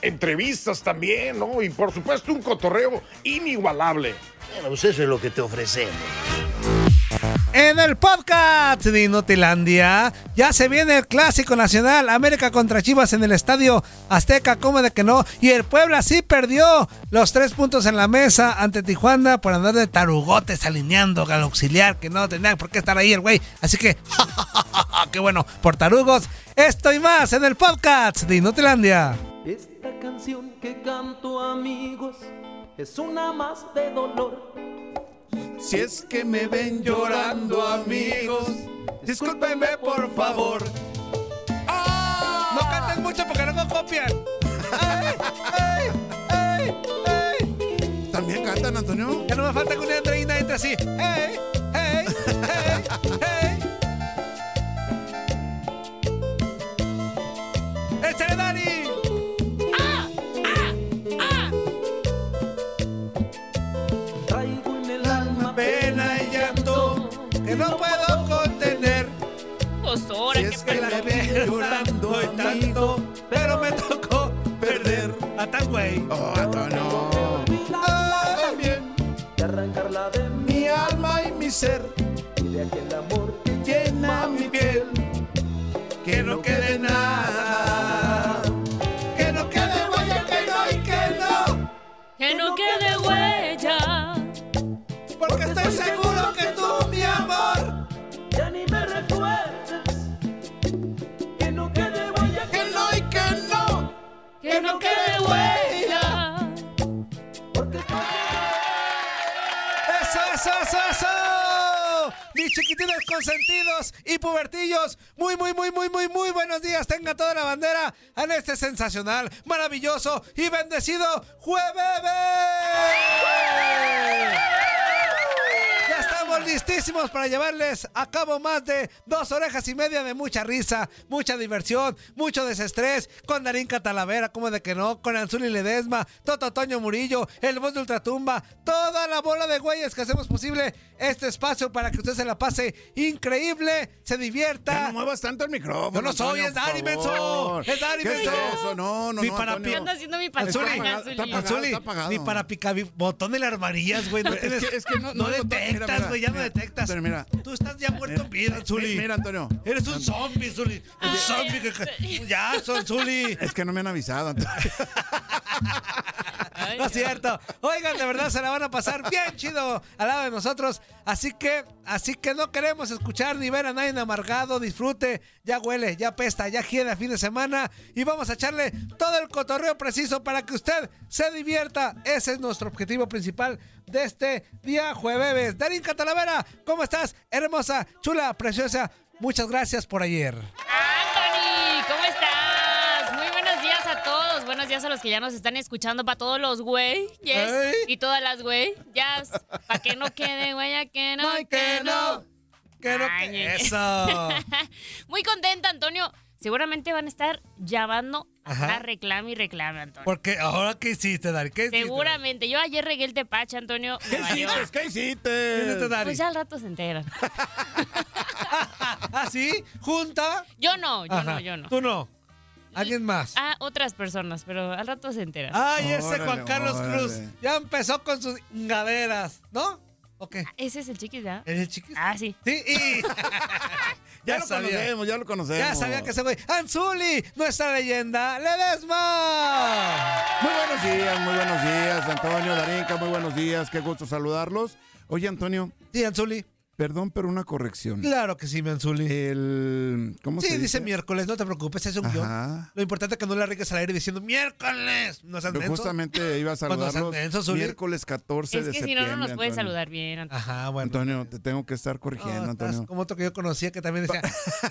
Entrevistas también, ¿no? Y por supuesto un cotorreo inigualable. Bueno, pues eso es lo que te ofrecemos. En el podcast de Inutilandia ya se viene el clásico nacional América contra Chivas en el estadio Azteca, como de que no. Y el Puebla sí perdió los tres puntos en la mesa ante Tijuana por andar de tarugotes alineando al auxiliar que no tenía por qué estar ahí el güey. Así que, qué bueno, por tarugos. Esto y más en el podcast de Inutilandia. Esta canción que canto, amigos, es una más de dolor. Si es que me ven llorando, amigos, discúlpenme por favor. No cantes mucho porque luego copian. Ay, ay, ay, ay. ¿También cantan, Antonio? Ya no me falta que una andreina entre así. ¡Hey! ¡Hey! ¡Hey! ¡Hey! ¡Échale, Dani! Traigo en el alma pena y llanto que no puedo contener. Pues ahora Si que es que perdí. me ven llorando y tanto, pero me tocó perder. A tal güey. Oh, Antonio. Ah, también. De arrancarla de mi alma y mi ser. Y de aquel amor que llena mi piel. Que no quede nada. Que no quede huella, que no y que no. Que no quede huella. Porque estoy seguro que tú, mi amor. Ya ni me recuerdas. Que no quede huella, que no y que no. Que no quede huella. ¡Eso, eso, eso, eso! Mis chiquitines consentidos y pubertillos, muy, muy, muy, muy, muy, muy buenos días. Tenga toda la bandera en este sensacional, maravilloso y bendecido jueves. Ya estamos listísimos para llevarles a cabo más de dos orejas y media de mucha risa, mucha diversión, mucho desestrés, con Darín Catalavera, como de que no, con Anzuli Ledesma, Toto Toño Murillo, el voz de Ultratumba, toda la bola de güeyes que hacemos posible este espacio para que usted se la pase increíble, se divierta. Ya no muevas tanto el micrófono. Yo no soy, Antonio, es Dari por favor. Benson, es Dari ¿Qué es Benson. eso? No, no, Mi no. para Antonio. pi- Ando haciendo mi Está pantalla, apagado, está Anzuli. apagado. Anzuli, apagado. ni para pica botón le armarías, güey. No, Pero es tienes- que- es que no- no no lo to- mira, detectas, mira, güey, ya no mira. detectas. Pero mira. Eh, Tú estás ya muerto en vida, Anzuli. Mira, Antonio. Eres un zombie, Zuli. Un zombie. que- Ya, son Zuli. Es que no me han avisado. Antonio. Ay, No es cierto. Oigan, de verdad se la van a pasar bien chido al lado de nosotros. Así que, así que no queremos escuchar ni ver a nadie amargado. Disfrute, ya huele, ya pesta, ya gira a fin de semana. Y vamos a echarle todo el cotorreo preciso para que usted se divierta. Ese es nuestro objetivo principal de este día jueves. Darín Catalavera, ¿cómo estás? Hermosa, chula, preciosa. Muchas gracias por ayer. Anthony, ¿cómo estás? Muy buenos días a todos. Buenos días a los que ya nos están escuchando, para todos los güey, yes, Ey. y todas las güey, yes. Para que no quede huella, que no, que no. Que no, Ay, que- ñe, ñe. Eso. Muy contenta, Antonio. Seguramente van a estar llamando Ajá. a reclame y reclame, Antonio. Porque ahora qué hiciste, Darín? ¿Qué hiciste? Seguramente. Yo ayer regué el tepache, Antonio. me valió. ¿Qué ¿Qué hiciste, hiciste? Dari? Pues ya al rato se enteran. ¿Ah, sí? ¿Junta? Yo no, yo Ajá. no, yo no. ¿Tú no? ¿Alguien más? Ah, otras personas, pero al rato se enteran. Ay, ese Órale, Juan Carlos órale. Cruz ya empezó con sus gaderas, ¿no? ¿O qué? Ah, Ese es el chiquis, ¿verdad? ¿Es el chiquis? Ah, sí. Sí, y- Ya, Ya lo sabía. conocemos, ya lo conocemos. Ya sabía que ese güey. ¡Anzuli! ¡Nuestra leyenda! ¡Ledesma! Muy buenos días, muy buenos días, Antonio, Darinka, muy buenos días. Qué gusto saludarlos. Oye, Antonio, Sí, Anzuli. perdón, pero una corrección. Claro que sí, mi Anzuli. El. ¿Cómo Sí, se dice? miércoles, no te preocupes, es un guión. Ajá. Lo importante es que no le arriesgues al aire diciendo miércoles. No seas Yo menso. justamente iba a Cuando seas saludarlos menso, Zuli. miércoles 14 Es de que si septiembre. no, no nos puedes Antonio. saludar bien. Antonio. Ajá, bueno. Antonio, te tengo que estar No, corrigiendo, estás Antonio. Ah, como otro que yo conocía que también decía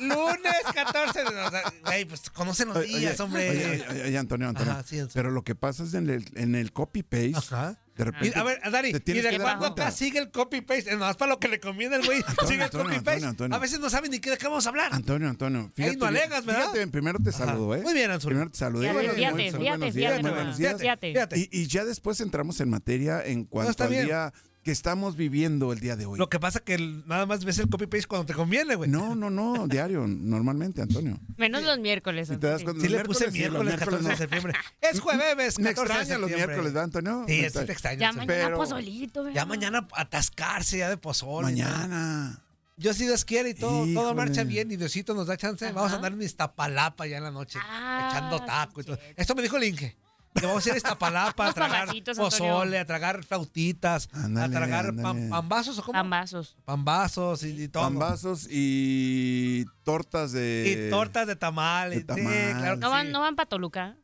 lunes 14 de- o sea, güey pues conocen los Oye, días hombre oye, oye, oye, Antonio, Antonio. Ajá, sí, Antonio. Pero lo que pasa es en el, en el copy-paste. Ajá. De Y, repente. a ver, Dari, te ¿y tienes de que dar cuándo cuenta. acá sigue el copy-paste? Eh, Nada más para lo que le conviene al güey. Sigue el Antonio, Antonio, copy-paste. Antonio. A veces no saben ni qué de qué vamos a hablar. Antonio, Antonio. Fíjate, no alegas, ¿verdad? Fíjate, primero te Ajá. saludo, ¿eh? Muy bien, Anzuli. Primero te saludé. Fíjate, muy fíjate, buenos fíjate, días, fíjate muy nomás. buenos días. Fíjate. Y, y ya después entramos en materia en cuanto está al bien. día que estamos viviendo el día de hoy. Lo que pasa que el- nada más ves el copy-paste cuando te conviene, güey. No, no, no, diario, normalmente, Antonio. Menos los miércoles. Si te das Antonio. cuenta, Sí los le puse sí, los miércoles 14 de miércoles no. septiembre. Es jueves 14 Me de extrañan los septiembre. miércoles, ¿verdad, Antonio? Sí, Me sí te extraña. extraño. Ya Anzuli. mañana Pero- pozolito, ¿verdad? Ya mañana atascarse ya de pozole. Mañana. Yo si Dios quiere y todo, todo Híjole. marcha bien y Diosito nos da chance, Ajá. vamos a andar en Iztapalapa ya en la noche, Ah, echando sí, taco y todo. cierto. Esto me dijo el Inge. Que vamos a ir a Iztapalapa a Unos tragar pambacitos, Antonio. pozole, a tragar flautitas, a Ándale, tragar ándale. pam- pambazos o cómo? Pambazos. Pambazos y, y todo. Pambazos y tortas de. Y tortas de tamales. de Sí, tamal. claro que No van, sí. no van para Toluca.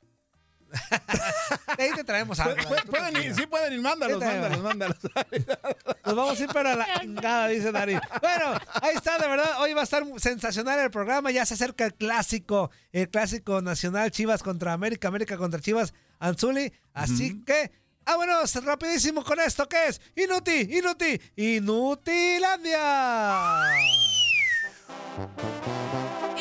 De ahí te traemos algo. Pu- pu- Pueden ir, sí pueden ir, mándalos, Sí, te- mándalos, mándalos. Nos vamos a ir para la chingada, dice Dari. Bueno, ahí está, de verdad. Hoy va a estar sensacional el programa. Ya se acerca el clásico, el clásico nacional Chivas contra América, América contra Chivas, Anzuli. Así que, vámonos rapidísimo con esto que es Inuti, Inuti, Inutilandia. uh.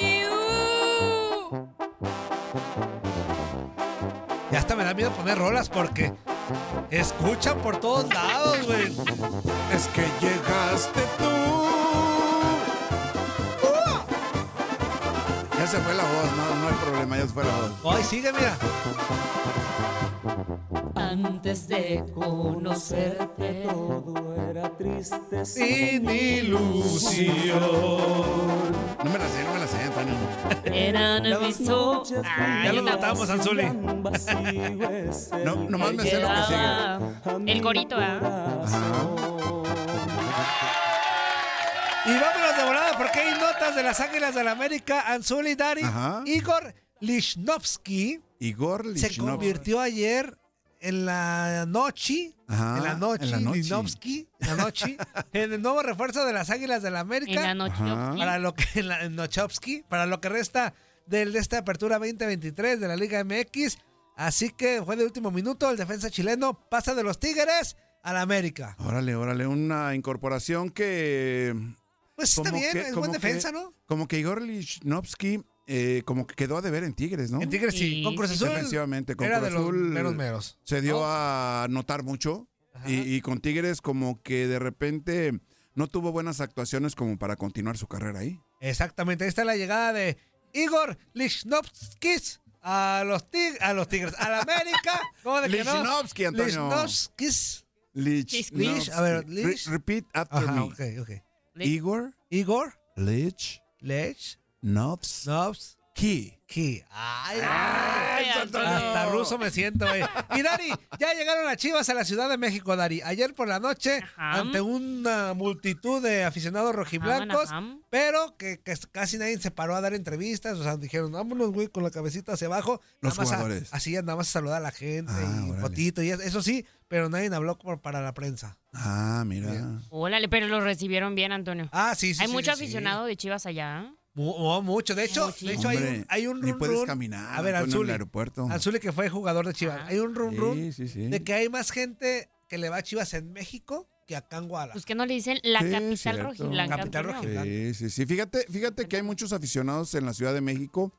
Ya hasta me da miedo poner rolas porque escuchan por todos lados, güey. Es que llegaste tú. Ya se fue la voz, no, no hay problema, ya se fue la voz. Ay, sigue, mira. Antes de conocerte todo era triste. Sin ilusión. No me la sé, no me la sé, Antonio. Eran mis ojos. ya lo notamos, Anzuli. No, nomás me sé lo que sigue. El gorito, ¿ah? Y vámonos de volada porque hay notas de las Águilas del América. Anzuli Dari, Ajá. Igor Lishnovsky Igor se Lichnov. convirtió ayer en la noche. Ajá, en la noche, en la noche. Lichnowsky, en la noche, en el nuevo refuerzo de las Águilas del América. En la noche. Ajá. para lo que en la- en Nochowski, para lo que resta del, de esta apertura 2023 de la Liga MX. Así que fue de último minuto el defensa chileno pasa de los Tigres a la América. Órale, órale, una incorporación que. Pues está como bien, que- es como buena que- defensa, ¿no? Como que Igor Lichnowsky, eh, como que quedó a deber en Tigres, ¿no? En Tigres sí, Sí, con Cruz sí. Azul Defensivamente, con era Cruz de los Azul, meros meros. se dio ¿no? a notar mucho y, y con Tigres como que de repente no tuvo buenas actuaciones como para continuar su carrera ahí. Exactamente, ahí está la llegada de Igor Lishnovskis a los, tig a los Tigres, a la América. ¿Cómo de que no? Lichnowsky, Antonio. Lishnovskis. Lich, Lich, a ver, Re- Lich. repeat after Ajá, me. ok, ok. Lich. Igor Igor Lich Lishnovsky. Ay, Hasta ruso me siento, güey. Y Dari, ya llegaron las chivas a la Ciudad de México, Dari. Ayer por la noche, Ajá. ante una multitud de aficionados rojiblancos, Ajá, ajá. pero que, que casi nadie se paró a dar entrevistas. O sea, dijeron, vámonos, güey, con la cabecita hacia abajo. Los Nada más a- jugadores. así, nada más a saludar a la gente Ah, y órale. fotito y eso, eso sí, pero nadie habló por- para la prensa. Ah, mira. Bien. Órale, pero lo recibieron bien, Antonio. Ah, sí, sí. Hay sí, mucho sí, sí. aficionado de Chivas allá. ¿eh? Mu- oh, mucho. De hecho, Muchísimo. de hecho hay un, Hombre, hay un Ni run puedes run. caminar A Antonio, en ver, el Anzuli. aeropuerto. Anzuli, que fue jugador de Chivas. Ah. Hay un run run Sí, sí, sí. de que hay más gente que le va a Chivas en México que acá en Guadalajara. Pues que no le dicen la Sí, capital cierto. rojiblanca. Capital Antonio? rojiblanca. Sí, sí, sí. Fíjate, fíjate que hay muchos aficionados en la Ciudad de México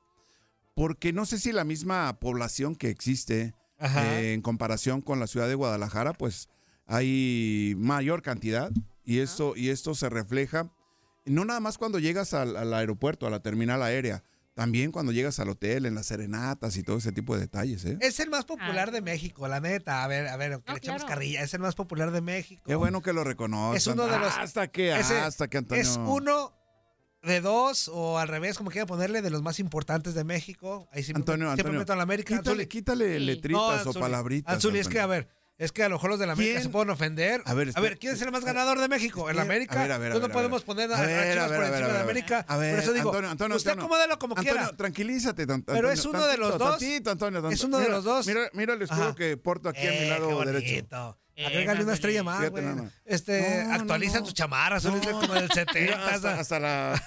porque no sé si la misma población que existe Ajá. eh, en comparación con la ciudad de Guadalajara, pues hay mayor cantidad y esto, y esto se refleja no nada más cuando llegas al, al aeropuerto, a la terminal aérea, También cuando llegas al hotel, en las serenatas y todo ese tipo de detalles, ¿eh? Es el más popular de México, la neta. A ver, a ver, aunque Ah. No, le echamos claro. carrilla. Es el más popular de México. Qué bueno que lo reconozcan. Es uno de los- Hasta que, ese- hasta que, Antonio. Es uno de dos o al revés, como quiera ponerle, de los más importantes de México. Ahí sí me- Antonio, siempre Antonio, meto a la América. Quítale, Anzuli. quítale Sí. No, letritas o Anzuli. palabritas. Anzuli, es que a Antonio. ver, es que a lo mejor los de la América ¿Quién? se pueden ofender. A ver, a espera, ver ¿quién es el más ganador de México? ¿El espera, América? a ver, a ver, a Entonces ver, no a podemos ver. poner a, A a ver, Chivas a ver, por a ver, encima a de la ver. América. A ver, por eso digo, Antonio, Antonio, usted Antonio. acomódalo como quiera. Antonio, tranquilízate. tan- Pero es Antonio, uno de los tantito, dos. Tantito, Antonio, Es tantito. uno de Mira, los dos. Mira, mira el escudo Ajá. que porto aquí a mi Eh, lado qué derecho. bonito. Eh, Agrégale una Anzuli. estrella más, Fíjate güey. nada más. Este, No, no, actualiza no. tus chamarras, son No. como del 70. Mira, hasta, hasta la.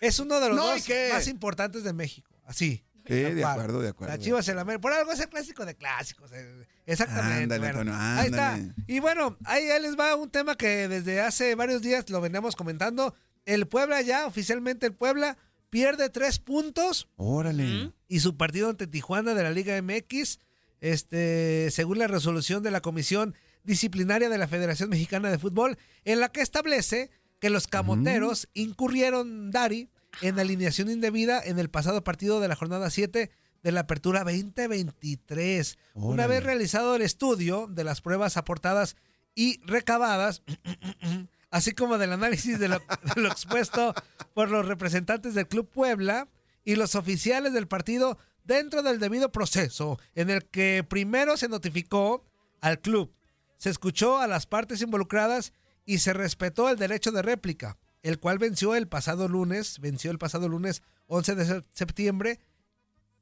Es uno de los No, ¿y dos qué? más importantes de México. Así. Sí, Tal de cual. acuerdo, de acuerdo. La Chivas en la América. Por algo es el clásico de clásicos. eh. Exactamente. Ándale, bueno. Antonio, Ahí está. ándale. Y bueno, ahí, ahí les va un tema que desde hace varios días lo veníamos comentando. El Puebla ya, oficialmente el Puebla, pierde tres puntos Órale. ¿Mm? y su partido ante Tijuana de la Liga MX, este, según la resolución de la Comisión Disciplinaria de la Federación Mexicana de Fútbol, en la que establece que los camoteros incurrieron, Dari, en alineación indebida en el pasado partido de la jornada 7 de la apertura 2023. Una Órale. vez realizado el estudio de las pruebas aportadas y recabadas, así como del análisis de lo, de lo expuesto por los representantes del Club Puebla y los oficiales del partido dentro del debido proceso, en el que primero se notificó al club, se escuchó a las partes involucradas y se respetó el derecho de réplica, el cual venció el pasado lunes, venció el pasado lunes 11 de se- septiembre.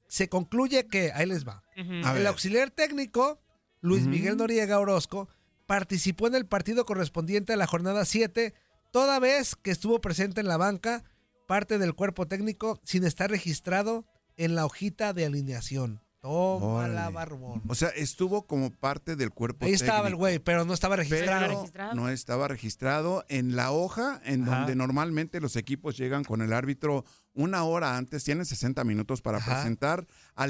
Se concluye que, ahí les va, Ujú. A el ver. auxiliar técnico, Luis Miguel Noriega Orozco, participó en el partido correspondiente a la jornada 7, toda vez que estuvo presente en la banca, parte del cuerpo técnico, sin estar registrado en la hojita de alineación. Toma la Órale. barbón. O sea, estuvo como parte del cuerpo. Ahí estaba el técnico, güey, pero no estaba registrado. Pero no estaba registrado en la hoja en Ajá. donde normalmente los equipos llegan con el árbitro una hora antes, tienen 60 minutos para Ajá. presentar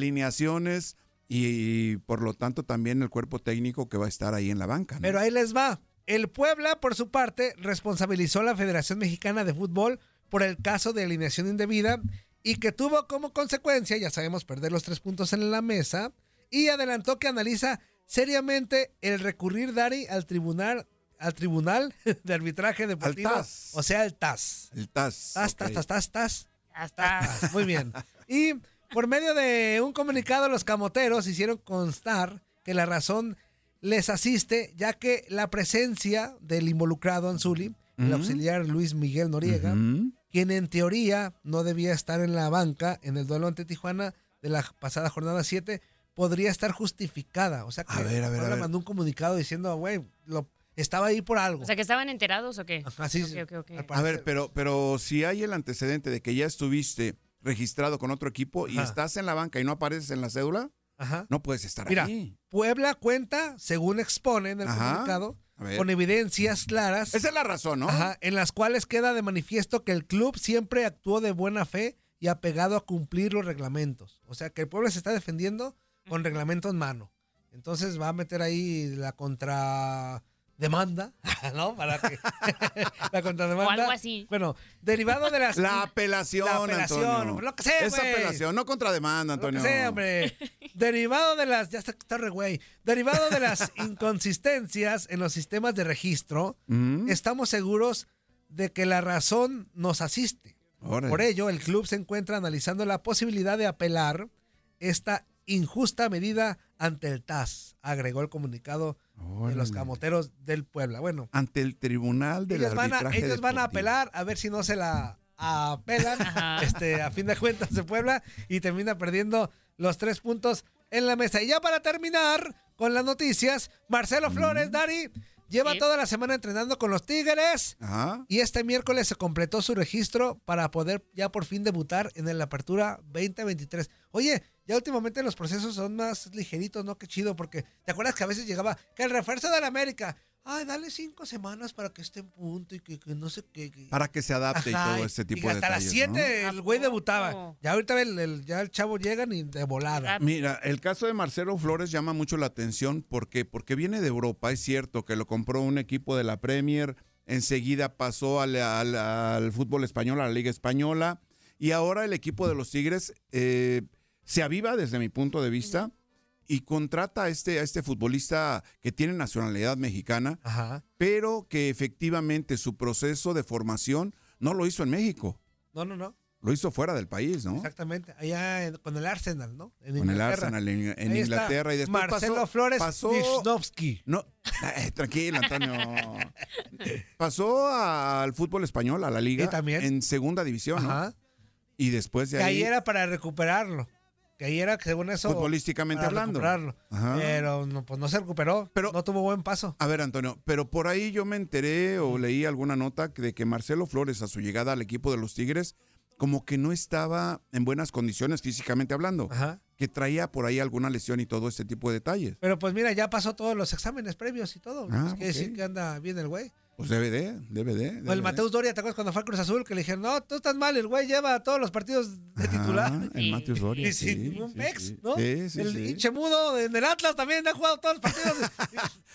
alineaciones y, por lo tanto también el cuerpo técnico que va a estar ahí en la banca. ¿no? Pero ahí les va. El Puebla, por su parte, responsabilizó a la Federación Mexicana de Fútbol por el caso de alineación indebida y que tuvo como consecuencia, ya sabemos, perder los tres puntos en la mesa y adelantó que analiza seriamente el recurrir Dari al tribunal al tribunal de arbitraje deportivo, TAS. o sea, al TAS. el TAS. TAS, ok. TAS, TAS, TAS, TAS. Hasta. Muy bien. Y por medio de un comunicado, los camoteros hicieron constar que la razón les asiste, ya que la presencia del involucrado Anzuli, el Ujú. auxiliar Luis Miguel Noriega, Ujú. quien en teoría no debía estar en la banca en el duelo ante Tijuana de la pasada jornada 7, podría estar justificada. O sea que A ver, a ver, a Puebla ver. mandó un comunicado diciendo, güey, lo- estaba ahí por algo. O sea, que estaban enterados o qué? Ajá, sí, sí. Ok, ok, ok. Al A parecer. ver, pero, pero si hay el antecedente de que ya estuviste registrado con otro equipo y Ajá. estás en la banca y no apareces en la cédula, Ajá. no puedes estar Mira, ahí. Puebla cuenta, según expone en el Ajá. comunicado, A ver. con evidencias claras Esa es la razón, ¿no? ajá, en las cuales queda de manifiesto que el club siempre actuó de buena fe y apegado a cumplir los reglamentos. O sea que el pueblo se está defendiendo con reglamento en mano. Entonces va a meter ahí la contrademanda, Ah, ¿no? Para que la O contrademanda. algo así. Bueno, derivado de las La apelación, La apelación, Antonio. lo que sea, Es güey. apelación, no contrademanda, Lo que Antonio. sea, hombre. Derivado de las. Ya está, está re güey. Derivado de las inconsistencias en los sistemas de registro, Mm, estamos seguros de que la razón nos asiste. órale. Por ello, el club se encuentra analizando la posibilidad de apelar esta injusta medida ante el TAS, agregó el comunicado de Órale. los camoteros del Puebla. Bueno, Ante el tribunal del ellos, van a, arbitraje ellos van a deportivo. apelar a ver si no se la apelan, Ajá. este, a fin de cuentas de Puebla, y termina perdiendo los tres puntos en la mesa. Y ya para terminar con las noticias, Marcelo Flores, Dari, lleva Sí. toda la semana entrenando con los Tigres. Ajá. Y este miércoles se completó su registro para poder ya por fin debutar en el Apertura 2023. Oye, ya últimamente los procesos son más ligeritos, ¿no? Qué chido, porque ¿te acuerdas que a veces llegaba que el refuerzo de la América? Ay, dale cinco semanas para que esté en punto y que, que no sé qué. que- Para que se adapte Ajá, y todo este tipo y de Hasta las detalles, 7 ¿no? el güey ¿A poco? debutaba. Ya ahorita el, el- ya el chavo llegan y de volada. ¿no? Mira, el caso de Marcelo Flores llama mucho la atención. ¿Por qué? Porque viene de Europa. Es cierto que lo compró un equipo de la Premier. Enseguida pasó al, al- al fútbol español, a la Liga Española. Y ahora el equipo de los Tigres eh, se aviva desde mi punto de vista y contrata a este, a este futbolista que tiene nacionalidad mexicana, Ajá. pero que efectivamente su proceso de formación no lo hizo en México, No, no, no. lo hizo fuera del país, ¿no? Exactamente. Allá en- con el Arsenal, ¿no? En Con el Inglaterra. Arsenal en, en Ahí está. Inglaterra y después Marcelo pasó- Flores pasó- Lichnowsky. No, eh, tranquilo, Antonio. Pasó a- al fútbol español, a la liga, Sí, también. en segunda división, ¿no? Ajá. Y después de Que ahí ahí, era para recuperarlo. Que ahí era, que según eso, futbolísticamente para hablando. Ah. recuperarlo. Ajá. Pero no, pues no se recuperó. Pero- no tuvo buen paso. A ver, Antonio, pero por ahí yo me enteré o leí alguna nota que- de que Marcelo Flores, a su llegada al equipo de los Tigres, como que no estaba en buenas condiciones físicamente hablando, Ajá. que traía por ahí alguna lesión y todo este tipo de detalles. Pero pues mira, ya pasó todos los exámenes previos y todo. Ah, Pues Quiere decir ok. que anda bien el güey. Pues debe de, debe de. O debe el de. Mateus Doria, ¿te acuerdas cuando fue al Cruz Azul? Que le dijeron, no, tú estás mal, el güey lleva todos los partidos de Ajá, titular. el Sí. Mateus Doria. Y Sí, sin ningún sí, pex, sí. ¿no? Sí, sí, el sí. hinche mudo en el Atlas también ha jugado todos los partidos.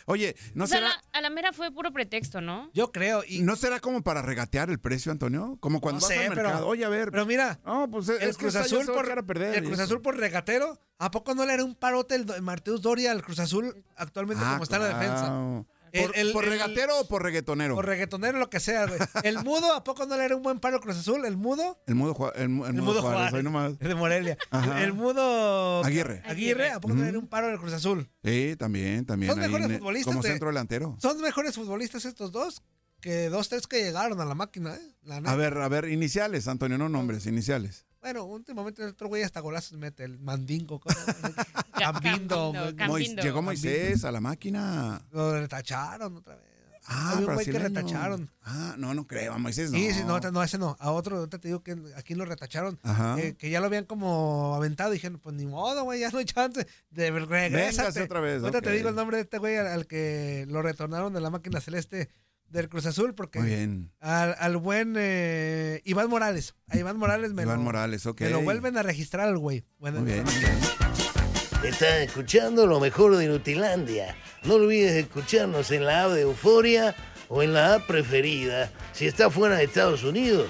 Oye, ¿no O sea, será, la- a la mera fue puro pretexto, ¿no? Yo creo. Y, ¿no será como para regatear el precio, Antonio? Como cuando No vas sé, al pero- mercado. Oye, a ver. pero mira, no, pues es, el es que Cruz esta ya Azul se va a por echar a perder. el y Cruz eso. Azul por regatero, ¿a poco no le era un parote el, do- Mateus Doria al Cruz Azul actualmente Ah, como está la defensa? claro. El- ¿Por, el- por el- regatero o por reggaetonero? O reggaetonero, lo que sea. güey. El mudo, ¿a poco no le era un buen paro al Cruz Azul? El mudo, El mudo, Jua- el, mu- el El mudo Mudo Juárez, Juárez. hoy nomás. el de Morelia. Ajá. El mudo Aguirre. Aguirre, ¿a poco no le era un paro al Cruz Azul? Sí, también, también. Son ahí mejores en el- futbolistas eh. Como de- centro delantero. Son mejores futbolistas estos dos que dos, tres que llegaron a la máquina, ¿eh? La neta. A ver, a ver, iniciales, Antonio, no nombres, iniciales. Bueno, últimamente el otro güey hasta golazos mete, el mandingo. ¿cómo? Cambindo. Cambindo, güey. Cam- Mois- Campindo. llegó Moisés a la máquina. Lo retacharon otra vez. Ah, Había un güey que brasileño. retacharon. Ah, no, no creo, a Moisés no. Sí, sí, no, te- no, ese no. A otro, ahorita te digo que a quién lo retacharon. Ajá. eh, que ya lo habían como aventado. Dijeron, pues ni modo, güey, ya no hay chance. De regresas. otra vez, Ahorita ok. te digo el nombre de este güey al, al que lo retornaron de la máquina celeste del Cruz Azul. Porque Muy bien. Al, al buen eh, Iván Morales. A Iván Morales me, Iván lo, Morales, ok. me lo vuelven a registrar al güey. Bueno, Muy bien. Estás escuchando lo mejor de Nutilandia. No olvides escucharnos en la app de Euforia o en la app preferida si estás fuera de Estados Unidos.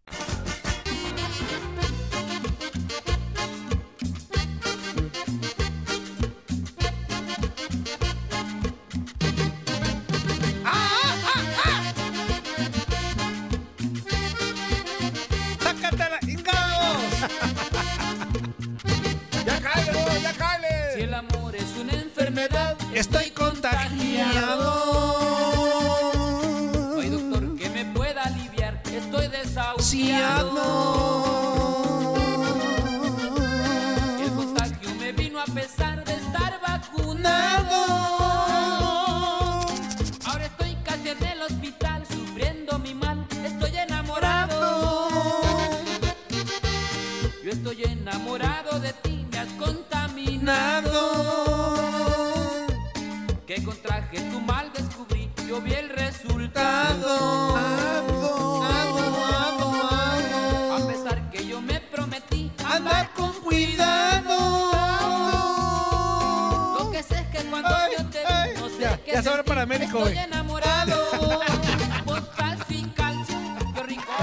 ¡Sácatela, ingados! ¡Ya cállale, ya cállale! Si el amor es una enfermedad, Estoy contagiado. no hay doctor que me pueda aliviar. Estoy desahuciado. Contagiado. El contagio me vino a pesar de estar vacunado. Ahora estoy casi en el hospital, sufriendo mi mal. Estoy enamorado. Yo estoy enamorado de ti, me has contaminado. Que contraje tu mal descubrí, yo vi el resultado. A pesar que yo me prometí andar con cuidado. Lo que sé es que cuando Ay, yo te ay, vi, no sé ya, qué ya se abre sentí. para médico, Estoy güey. enamorado. Vodka sin calcio, qué rico.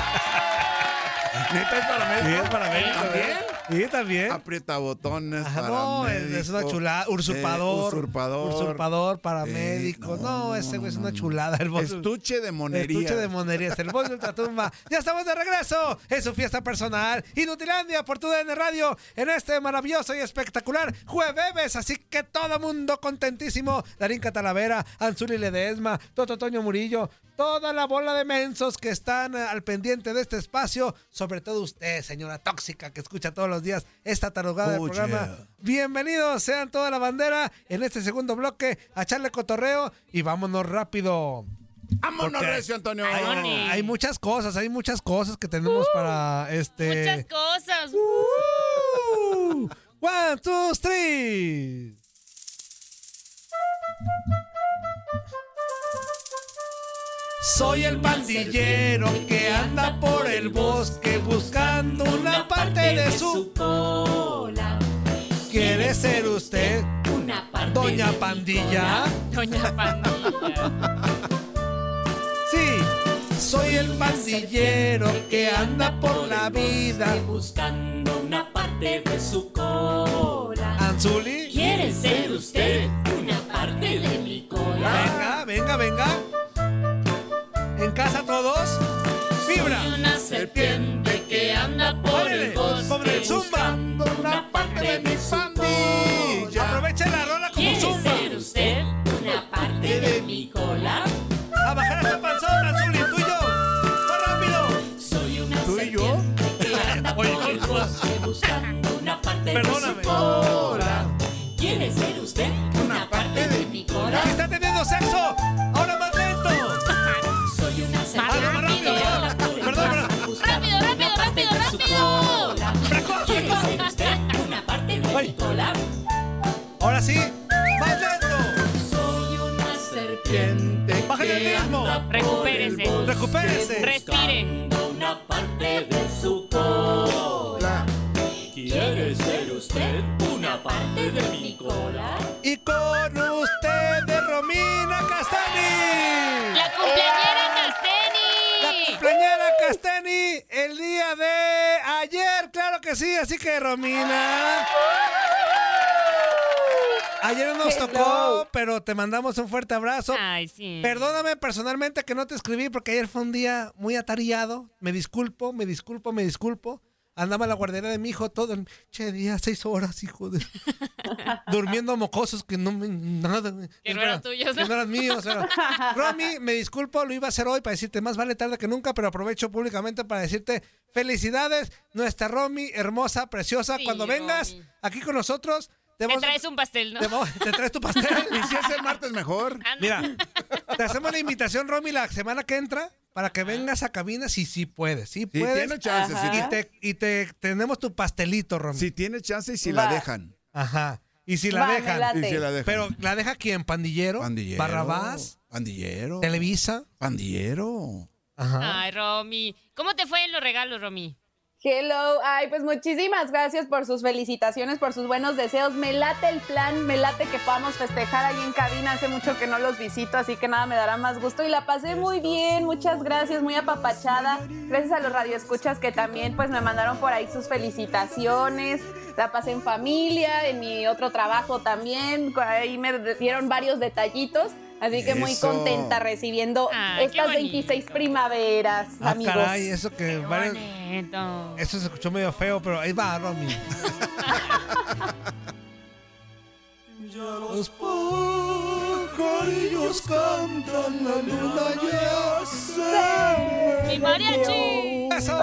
Neta es para México. Es para México, ¿eh? Sí, también. Aprieta botones Ajá, para no, es- es una chulada. Usurpador. usurpador. Usurpador, paramédico. Eh, no, no, ese güey es no, una no. chulada. El boss- Estuche de monería. Estuche de monerías, el boss de Ultratumba. Ya estamos de regreso en su fiesta personal. Inutilandia por tu DN Radio en este maravilloso y espectacular jueves. Así que todo mundo contentísimo. Darín Catalavera, Anzuli Ledesma, Toto Toño Murillo, toda la bola de mensos que están eh, al pendiente de este espacio. Sobre todo usted, señora tóxica, que escucha todos los los días esta tarugada del Oh, programa. yeah. Bienvenidos sean toda la bandera en este segundo bloque a echarle cotorreo y vámonos rápido. ¡Vámonos, Porque Recio, Antonio! Vámonos. Hay muchas cosas, hay muchas cosas que tenemos para Muchas este. cosas. Uh, one, two, three. Soy el pandillero que anda por el bosque buscando una parte de su cola. ¿Quiere ser usted Una parte doña pandilla? Doña Pandilla. Sí, soy el pandillero que anda por la vida. Buscando una parte de su cola. Anzuli, ¿Quiere ser usted una parte de mi cola? venga, venga, venga. En casa todos, vibra. Soy una serpiente que anda por Órale, el bosque sobre el zumba. buscando una parte de mi pandilla! Aprovecha la rola como ¿Quiere zumba. ser usted una parte de mi cola? A bajar esa panzona, Anzuli, tú y yo. Más rápido. Soy una ¿Tú y yo? serpiente que anda por Oye. el bosque buscando una parte Perdóname. de su cola. ¿Quiere ser usted una parte de mi cola? Está teniendo sexo. Ahora más lento. Soy una Rápido, más rápido, serpiente rápido. que Perdón, anda perdón. Rápido, rápido, rápido, rápido. Precoz, ¿Quiere precoz. ser usted una parte de Ay. mi cola? Ahora sí, más lento. Soy una serpiente Bájale el que ritmo. anda por Recupérese. el bosque Recupérese. Respire. buscando una parte de su cola. ¿Quiere ser usted una parte de mi cola? Y con ustedes, Romina Castani. La cumpleañera Casteni. La cumpleañera Castani el día de ayer, claro que sí, así que Romina. Ayer no nos tocó, pero te mandamos un fuerte abrazo. Ay, sí. Perdóname personalmente que no te escribí porque ayer fue un día muy atareado. Me disculpo, me disculpo, me disculpo. Andaba en la guardería de mi hijo todo el che día, seis horas, hijo de. Durmiendo mocosos que no me. Nada. Que no eran tuyos, Que ¿no? no eran míos. pero- Romy, me disculpo, lo iba a hacer hoy para decirte más vale tarde que nunca, pero aprovecho públicamente para decirte felicidades, nuestra Romy, hermosa, preciosa. Sí, Cuando vengas Romy. aquí con nosotros, te Te vamos a- traes un pastel, ¿no? te vamos- te traes tu pastel. ¿Y si es el martes mejor? Ah, no. Mira, te hacemos la invitación, Romy, la semana que entra para que vengas a cabina si sí puedes, sí Si puedes. tiene chance, si, Y te, y te tenemos tu pastelito, Romy. si tiene chance y si Va. la dejan. Ajá. Y si la Va, me dejan. late. Y si la dejan. Pero la deja quién, pandillero, Pandillero. Barrabás, Pandillero. Televisa. Pandillero. Ajá. Ay, Romy. ¿Cómo te fue en los regalos, Romy? Hello, ay, pues muchísimas gracias por sus felicitaciones, por sus buenos deseos. Me late el plan, me late que podamos festejar ahí en cabina. Hace mucho que no los visito, así que nada, me dará más gusto. Y la pasé muy bien, muchas gracias, muy apapachada. Gracias a los radioescuchas que también pues me mandaron por ahí sus felicitaciones. La pasé en familia, en mi otro trabajo también. Ahí me dieron varios detallitos. Así que muy Eso. contenta recibiendo Ay, Ah, qué estas bonito. 26 primaveras, Ah, amigos. caray, eso que Qué varios- bonito. Eso se escuchó medio feo, pero ahí va, Romy. Los pajarillos cantan, la luna ya se Mi mariachi. ¡Eso!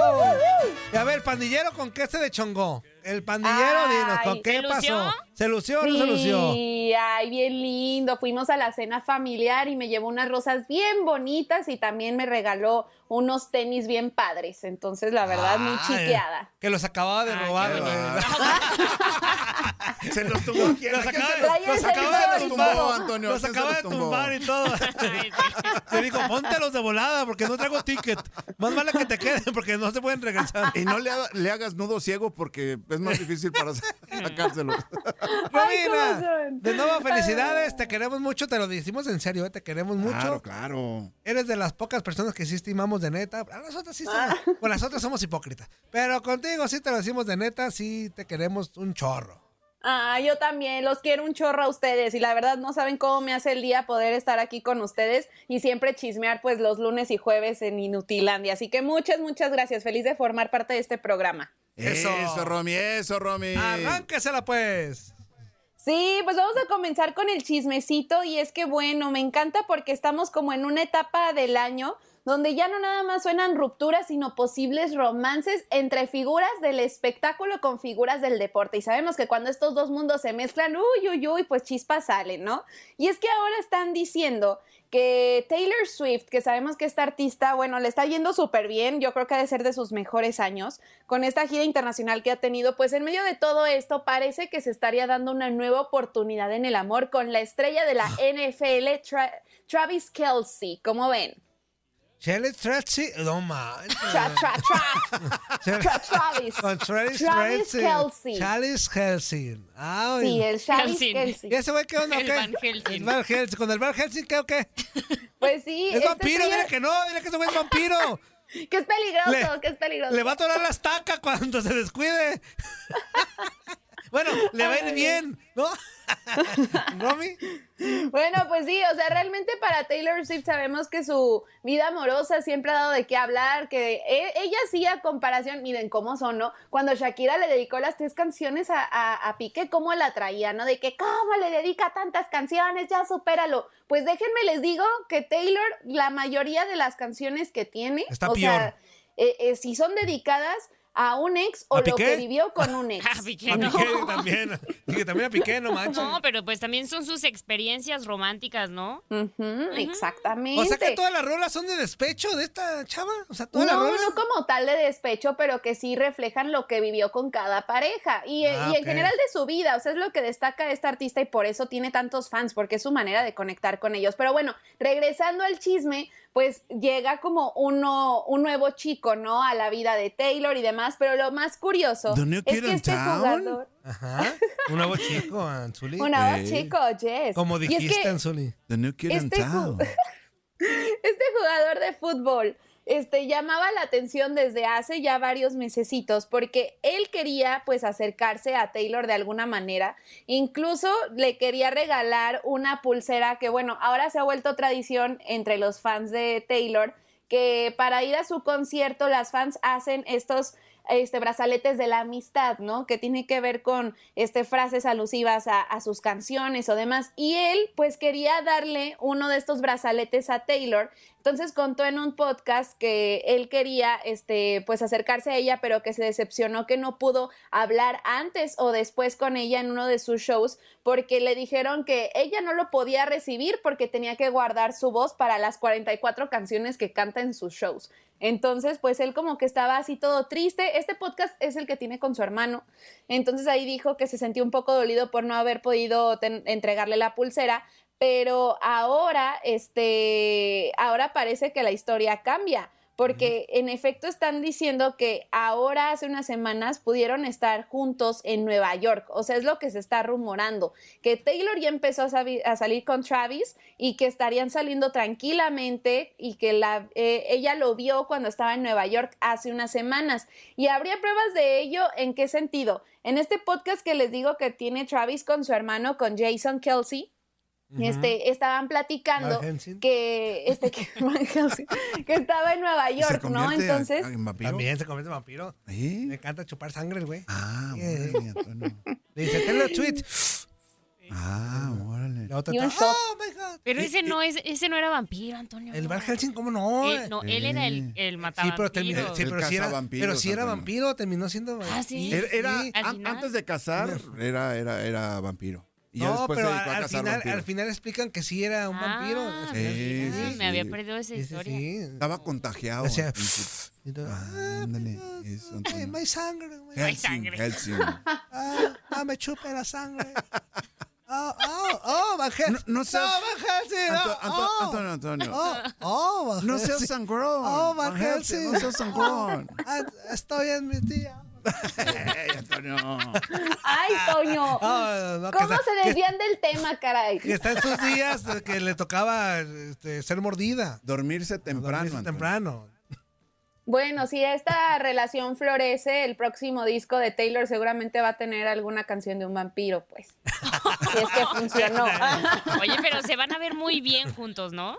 Y a ver, pandillero, ¿con qué se de chongó? El pandillero, Ay, dinos, ¿con qué ¿se lució? pasó? ¿Se lució o no se lució? Sí, ay, bien lindo. Fuimos a la cena familiar y me llevó unas rosas bien bonitas y también me regaló unos tenis bien padres. Entonces, la verdad, muy Ay, chiqueada. Que los acababa de Ay, qué robar. bonito. güey. Se los tumbó aquí. Los acaba, Traía el los acaba celular de y tumbar, todo. Antonio, los ¿quién se acaba los de tumbó? tumbar y todo. Ay, sí. Le digo, póntelos de volada porque no traigo ticket. Más vale que te queden porque no se pueden regresar. Y no le, ha- le hagas nudo ciego porque es más difícil para sacárselo. ¿cómo Romina, son? de nuevo felicidades, te queremos mucho, te lo decimos en serio, ¿eh? te queremos mucho. Claro, claro. Eres de las pocas personas que sí estimamos de neta. A las otras sí somos, con las otras somos hipócritas. Pero contigo sí te lo decimos de neta, sí te queremos un chorro. Ah, yo también los quiero un chorro a ustedes y la verdad no saben cómo me hace el día poder estar aquí con ustedes y siempre chismear pues los lunes y jueves en Inutilandia. Así que muchas, muchas gracias. Feliz de formar parte de este programa. Eso. Eso. Romy, eso, Romy. Arránquesela pues. Sí, pues vamos a comenzar con el chismecito y es que bueno, me encanta porque estamos como en una etapa del año donde ya no nada más suenan rupturas, sino posibles romances entre figuras del espectáculo con figuras del deporte. Y sabemos que cuando estos dos mundos se mezclan, uy, uy, uy, pues chispas salen, ¿no? Y es que ahora están diciendo que Taylor Swift, que sabemos que esta artista, bueno, le está yendo súper bien, yo creo que ha de ser de sus mejores años, con esta gira internacional que ha tenido, pues en medio de todo esto parece que se estaría dando una nueva oportunidad en el amor con la estrella de la Ah. NFL, Tra- Travis Kelsey, ¿cómo ven? Shelly Tracy, no manches. Tra, tra, tra. Tra- Travis. Con Travis, Travis Kelce. Travis Kelsey. Ah, Sí, oye. el Travis Kelce. ¿Y ese güey qué onda? o El qué? Van Helsing. El Van Helsing. ¿Con el Van Helsing qué o qué? Pues sí. Es esta vampiro, estrella- dile que no, dile que ese güey es vampiro. Que es peligroso, Le- que es peligroso. Le va a atorar la estaca cuando se descuide. bueno, le va a ir bien, ¿no? ¿Romy? Bueno, pues sí, o sea, realmente para Taylor Swift sabemos que su vida amorosa siempre ha dado de qué hablar, que e- ella sí a comparación, miren cómo son, ¿no? Cuando Shakira le dedicó las tres canciones a, a- a Piqué, cómo la traía, ¿no? De que, ¿cómo le dedica tantas canciones? Ya supéralo. Pues déjenme les digo que Taylor, la mayoría de las canciones que tiene, Está o peor. sea, eh, eh, si son dedicadas a un ex o ¿A lo Piqué? que vivió con un ex. Ah, Piqué, A no. Piqué también. Y que también a Piqué, no manches. No, pero pues también son sus experiencias románticas, ¿no? Ujú, exactamente. o sea que todas las rolas son de despecho de esta chava. O sea, todas no, las rolas. no como tal de despecho, pero que sí reflejan lo que vivió con cada pareja y, Ah, y ok. en general de su vida, o sea, es lo que destaca esta artista y por eso tiene tantos fans, porque es su manera de conectar con ellos. Pero bueno, regresando al chisme, pues llega como uno, un nuevo chico, ¿no? A la vida de Taylor y demás, pero lo más curioso The New es Kid que on este Town. jugador, Ajá. Un nuevo chico, Anzuli. un nuevo Ey. chico, yes. Como Y es que- dijiste, Anzuli. The New Kid on Este Town. ju- este jugador de fútbol este, llamaba la atención desde hace ya varios mesecitos porque él quería pues acercarse a Taylor de alguna manera, incluso le quería regalar una pulsera que bueno, ahora se ha vuelto tradición entre los fans de Taylor que para ir a su concierto las fans hacen estos este, brazaletes de la amistad, ¿no? Que tiene que ver con este, frases alusivas a, a sus canciones o demás. Y él, pues, quería darle uno de estos brazaletes a Taylor. Entonces contó en un podcast que él quería, este, pues, acercarse a ella, pero que se decepcionó que no pudo hablar antes o después con ella en uno de sus shows porque le dijeron que ella no lo podía recibir porque tenía que guardar su voz para las 44 canciones que canta en sus shows. Entonces, pues él como que estaba así todo triste. Este podcast es el que tiene con su hermano. Entonces ahí dijo que se sentía un poco dolido por no haber podido ten- entregarle la pulsera, pero ahora, este, ahora parece que la historia cambia. Porque en efecto están diciendo que ahora hace unas semanas pudieron estar juntos en Nueva York. O sea, es lo que se está rumorando. Que Taylor ya empezó a, sabi- a salir con Travis y que estarían saliendo tranquilamente y que la, eh, ella lo vio cuando estaba en Nueva York hace unas semanas. Y habría pruebas de ello en qué sentido. En este podcast que les digo que tiene Travis con su hermano, con Jason Kelsey, este, estaban platicando Van Helsing. que, este, que, Van Helsing, que estaba en Nueva Y se York, ¿no? convierte a- Entonces, a- en vampiro. También se convierte en vampiro. ¿Eh? Me encanta chupar sangre, el güey. Ah, Eh. órale, Antonio. Le dice, Taylor Swift. Ah, órale. La otra Y un está, oh my God. Pero ese no es, ese no era vampiro, Antonio. El no. Van Helsing, ¿cómo no? Él- Eh, no, él era el, el Sí, pero, terminó, matavampiros. sí, El pero sí era, cazavampiros, pero sí era Antonio. vampiro, terminó siendo Ah, ¿sí? vampiro. Era, era- Sí. Al an- final. antes de cazar, era, era, era vampiro. Y ya No, después pero se dedicó a al, al cazar final, vampiros. al final explican que sí era un vampiro. Ah, Al mira, final Sí, sí, sí. me había perdido esa Sí, sí, historia. sí. Estaba contagiado. Hacía- al principio. Y todo, Ah, ándale, eso, Ay, Antonio. my sangre, güey. Helsing, sangre. Helsing. Ah, ah, me chupe la sangre. Oh, oh, oh, Van Helsing. No- no seas- Van Helsing. Anto- Anto- oh, Antonio, Antonio. Oh, oh, Van No Helsing. seas sangrón. Oh, Van Helsing. No seas sangrón. Ah, estoy en mi tía. Ey, Antonio. ay, Toño, Ah, no, que ¿cómo está- se que- desvían del tema, caray? Que está en sus días de que le tocaba este, ser mordida. Dormirse temprano. Dormirse Antonio. temprano. Bueno, si esta relación florece, el próximo disco de Taylor seguramente va a tener alguna canción de un vampiro, pues. Si es que funcionó. Oye, pero se van a ver muy bien juntos, ¿no?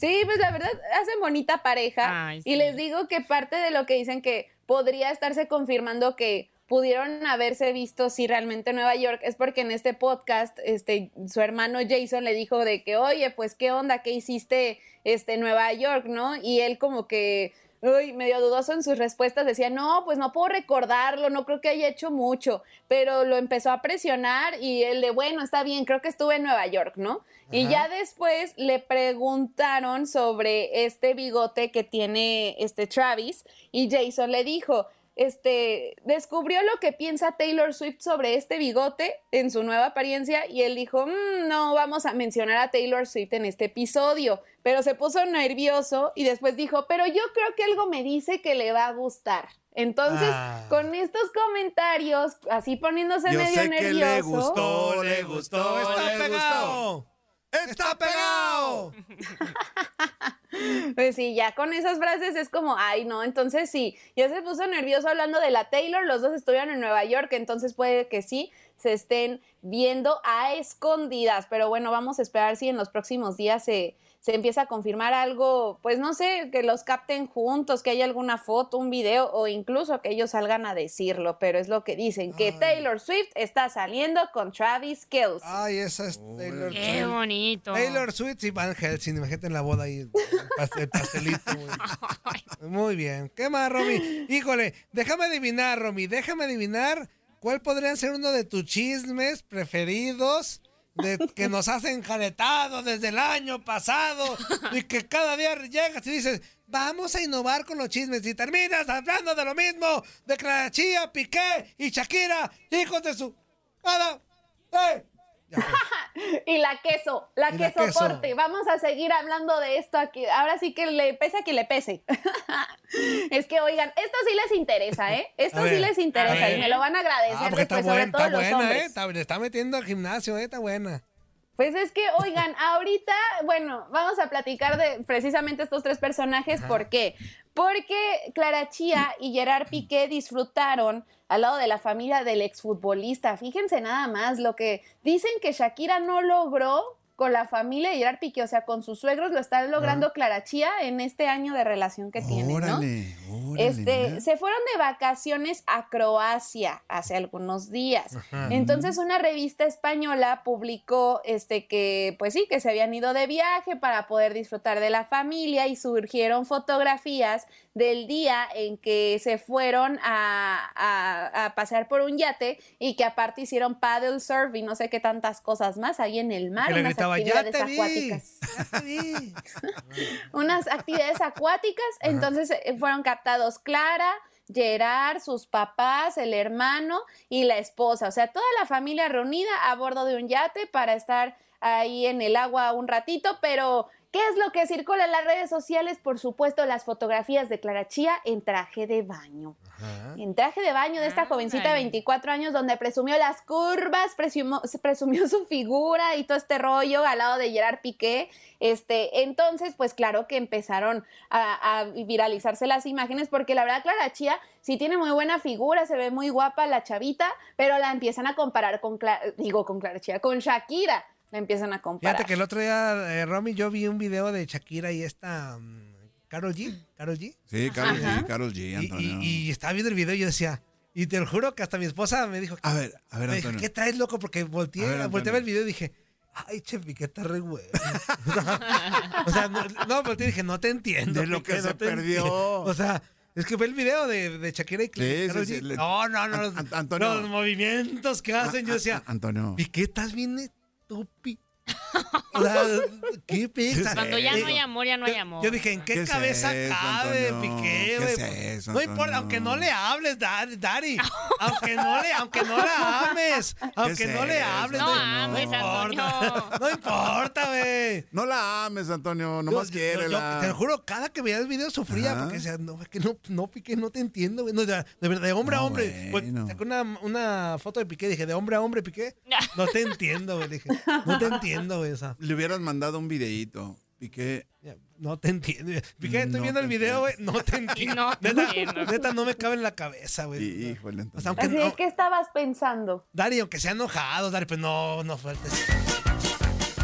Sí, pues la verdad hacen bonita pareja. Ay, Y sí. les digo que parte de lo que dicen que podría estarse confirmando que pudieron haberse visto si realmente en Nueva York es porque en este podcast este su hermano Jason le dijo de que oye pues qué onda qué hiciste este en Nueva York no y él como que uy, medio dudoso en sus respuestas, decía, no, pues no puedo recordarlo, no creo que haya hecho mucho, pero lo empezó a presionar y él de, bueno, está bien, creo que estuve en Nueva York, ¿no? Y Ajá. ya después le preguntaron sobre este bigote que tiene este Travis y Jason le dijo, este, descubrió lo que piensa Taylor Swift sobre este bigote en su nueva apariencia y él dijo, "Mm, no vamos a mencionar a Taylor Swift en este episodio, pero se puso nervioso y después dijo, pero yo creo que algo me dice que le va a gustar. Entonces, Ah. con estos comentarios, así poniéndose Yo medio sé nervioso. que le gustó, le gustó, le gustó. ¡Está pegado! pues sí, ya con esas frases es como, ay, no, entonces sí, ya se puso nervioso hablando de la Taylor, los dos estuvieron en Nueva York, entonces puede que sí se estén viendo a escondidas, pero bueno, vamos a esperar si en los próximos días se, se empieza a confirmar algo, pues no sé, que los capten juntos, que haya alguna foto, un video o incluso que ellos salgan a decirlo, pero es lo que dicen, que Taylor Swift está saliendo con Travis Kelce. Ay, esa es Taylor Qué Swift. bonito. Taylor Swift y Van Helsing, imagínate en la boda ahí, el pas- el pastelito. güey. Muy bien. ¿Qué más, Romy? Híjole, déjame adivinar, Romy, déjame adivinar cuál podrían ser uno de tus chismes preferidos de, que nos has encaretado desde el año pasado y que cada día llegas y dices, vamos a innovar con los chismes y terminas hablando de lo mismo, de Clarachía, Piqué y Shakira, hijos de su... ¡Ada! ¡Eh! y la queso, la Y la queso queso. porte. Vamos a seguir hablando de esto aquí. Ahora sí que le pese a quien le pese. es que, oigan, esto sí les interesa, ¿eh? Esto A sí ver, les a interesa ver. y me lo van a agradecer Ah, porque está después, sobre buena, todo está los buena, hombres. eh. Está- le está metiendo al gimnasio, eh, está buena. Pues es que, oigan, ahorita, bueno, vamos a platicar de precisamente estos tres personajes. Ajá. ¿Por qué? Porque Clara Chía y Gerard Piqué disfrutaron al lado de la familia del exfutbolista. Fíjense nada más lo que dicen que Shakira no logró con la familia de Gerard Piqué, o sea, con sus suegros lo está logrando Clara Chía en este año de relación que tienen, ¿no? Órale, órale. Este, mira. se fueron de vacaciones a Croacia hace algunos días. Ajá. Entonces una revista española publicó este que pues sí que se habían ido de viaje para poder disfrutar de la familia y surgieron fotografías del día en que se fueron a, a- a pasear por un yate y que aparte hicieron paddle surf y no sé qué tantas cosas más ahí en el mar, Que le unas gritaba, "Ya actividades te vi". acuáticas unas actividades acuáticas. Entonces eh, fueron captados Clara, Gerard, sus papás, el hermano y la esposa. O sea, toda la familia reunida a bordo de un yate para estar ahí en el agua un ratito, pero... ¿Qué es lo que circula en las redes sociales? Por supuesto, las fotografías de Clara Chía en traje de baño. En traje de baño de esta jovencita de 24 años donde presumió las curvas, presumió, presumió su figura y todo este rollo al lado de Gerard Piqué. Este, entonces, pues claro que empezaron a, a viralizarse las imágenes porque la verdad Clara Chía sí tiene muy buena figura, se ve muy guapa la chavita, pero la empiezan a comparar con, Cla- digo, con Clara Chía, con Shakira. La empiezan a comparar. Fíjate que el otro día, eh, Romy, yo vi un video de Shakira y esta. Carol G. Carol G. Sí, Carol Ajá. G, Carol G, Antonio. Y estaba viendo el video y yo decía. Y te lo juro que hasta mi esposa me dijo. A ver, a ver, me dijo, Antonio. ¿Qué traes, loco? Porque A volteé, ver, Antonio. volteé a ver el video y dije. Ay, che, Piqué está re güey. o sea, no, no, volteé y dije, no te entiendo. De lo Piqué, que no se te perdió. entiendo". O sea, es que ve el video de, de Shakira y Sí, Karol sí, G. sí, le- No, no, no. An- Los, An- Antonio. Ah, los movimientos que hacen. Yo decía, Antonio. Piqué, estás bien estúpido. O sea, ¿qué piensas? Cuando ya no Eh, hay amor, ya no hay amor. yo dije, ¿en qué, ¿Qué es cabeza eso, cabe, Antonio? Piqué, ¿Qué güey? es eso, no importa, Antonio? aunque no le hables, Dar- Dari. aunque, no le, aunque no la ames. Aunque es no le eso, hables. No ames, importa. No importa, güey. No la ames, Antonio, nomás Yo- yo- yo quiérela. te lo juro, cada que veía el video sufría Ajá. porque decía, no, es que no, no, Piqué, no te entiendo, güey. No, de, de verdad, de hombre a No, hombre. Pues, bueno. Saqué una, una foto de Piqué dije, de hombre a hombre, Piqué. No te entiendo, güey. Dije, no te entiendo, güey. o sea, Le hubieras mandado un videíto. Piqué. No te entiendo. Piqué, estoy No viendo te el video, güey. No te entiendo. neta, neta, no me cabe en la cabeza, güey. Híjole, Antonio. O sea, aunque Así no, de, ¿qué estabas pensando? Dari, aunque sea enojado, Dari, pues no, no sueltes.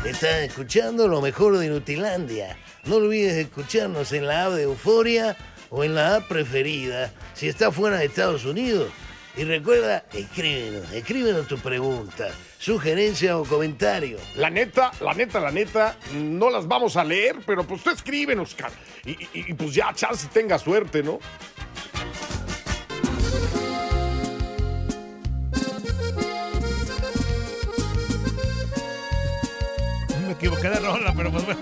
Estás escuchando lo mejor de Nutilandia. No olvides escucharnos en la app de Euforia o en la app preferida si estás fuera de Estados Unidos. Y recuerda, escríbenos, escríbenos tu pregunta, sugerencia o comentario. La neta, la neta, la neta, no las vamos a leer, pero pues tú escríbenos, cara. Y, y- y, pues ya, chance tenga suerte, ¿no? Me equivoqué de rola, pero pues bueno.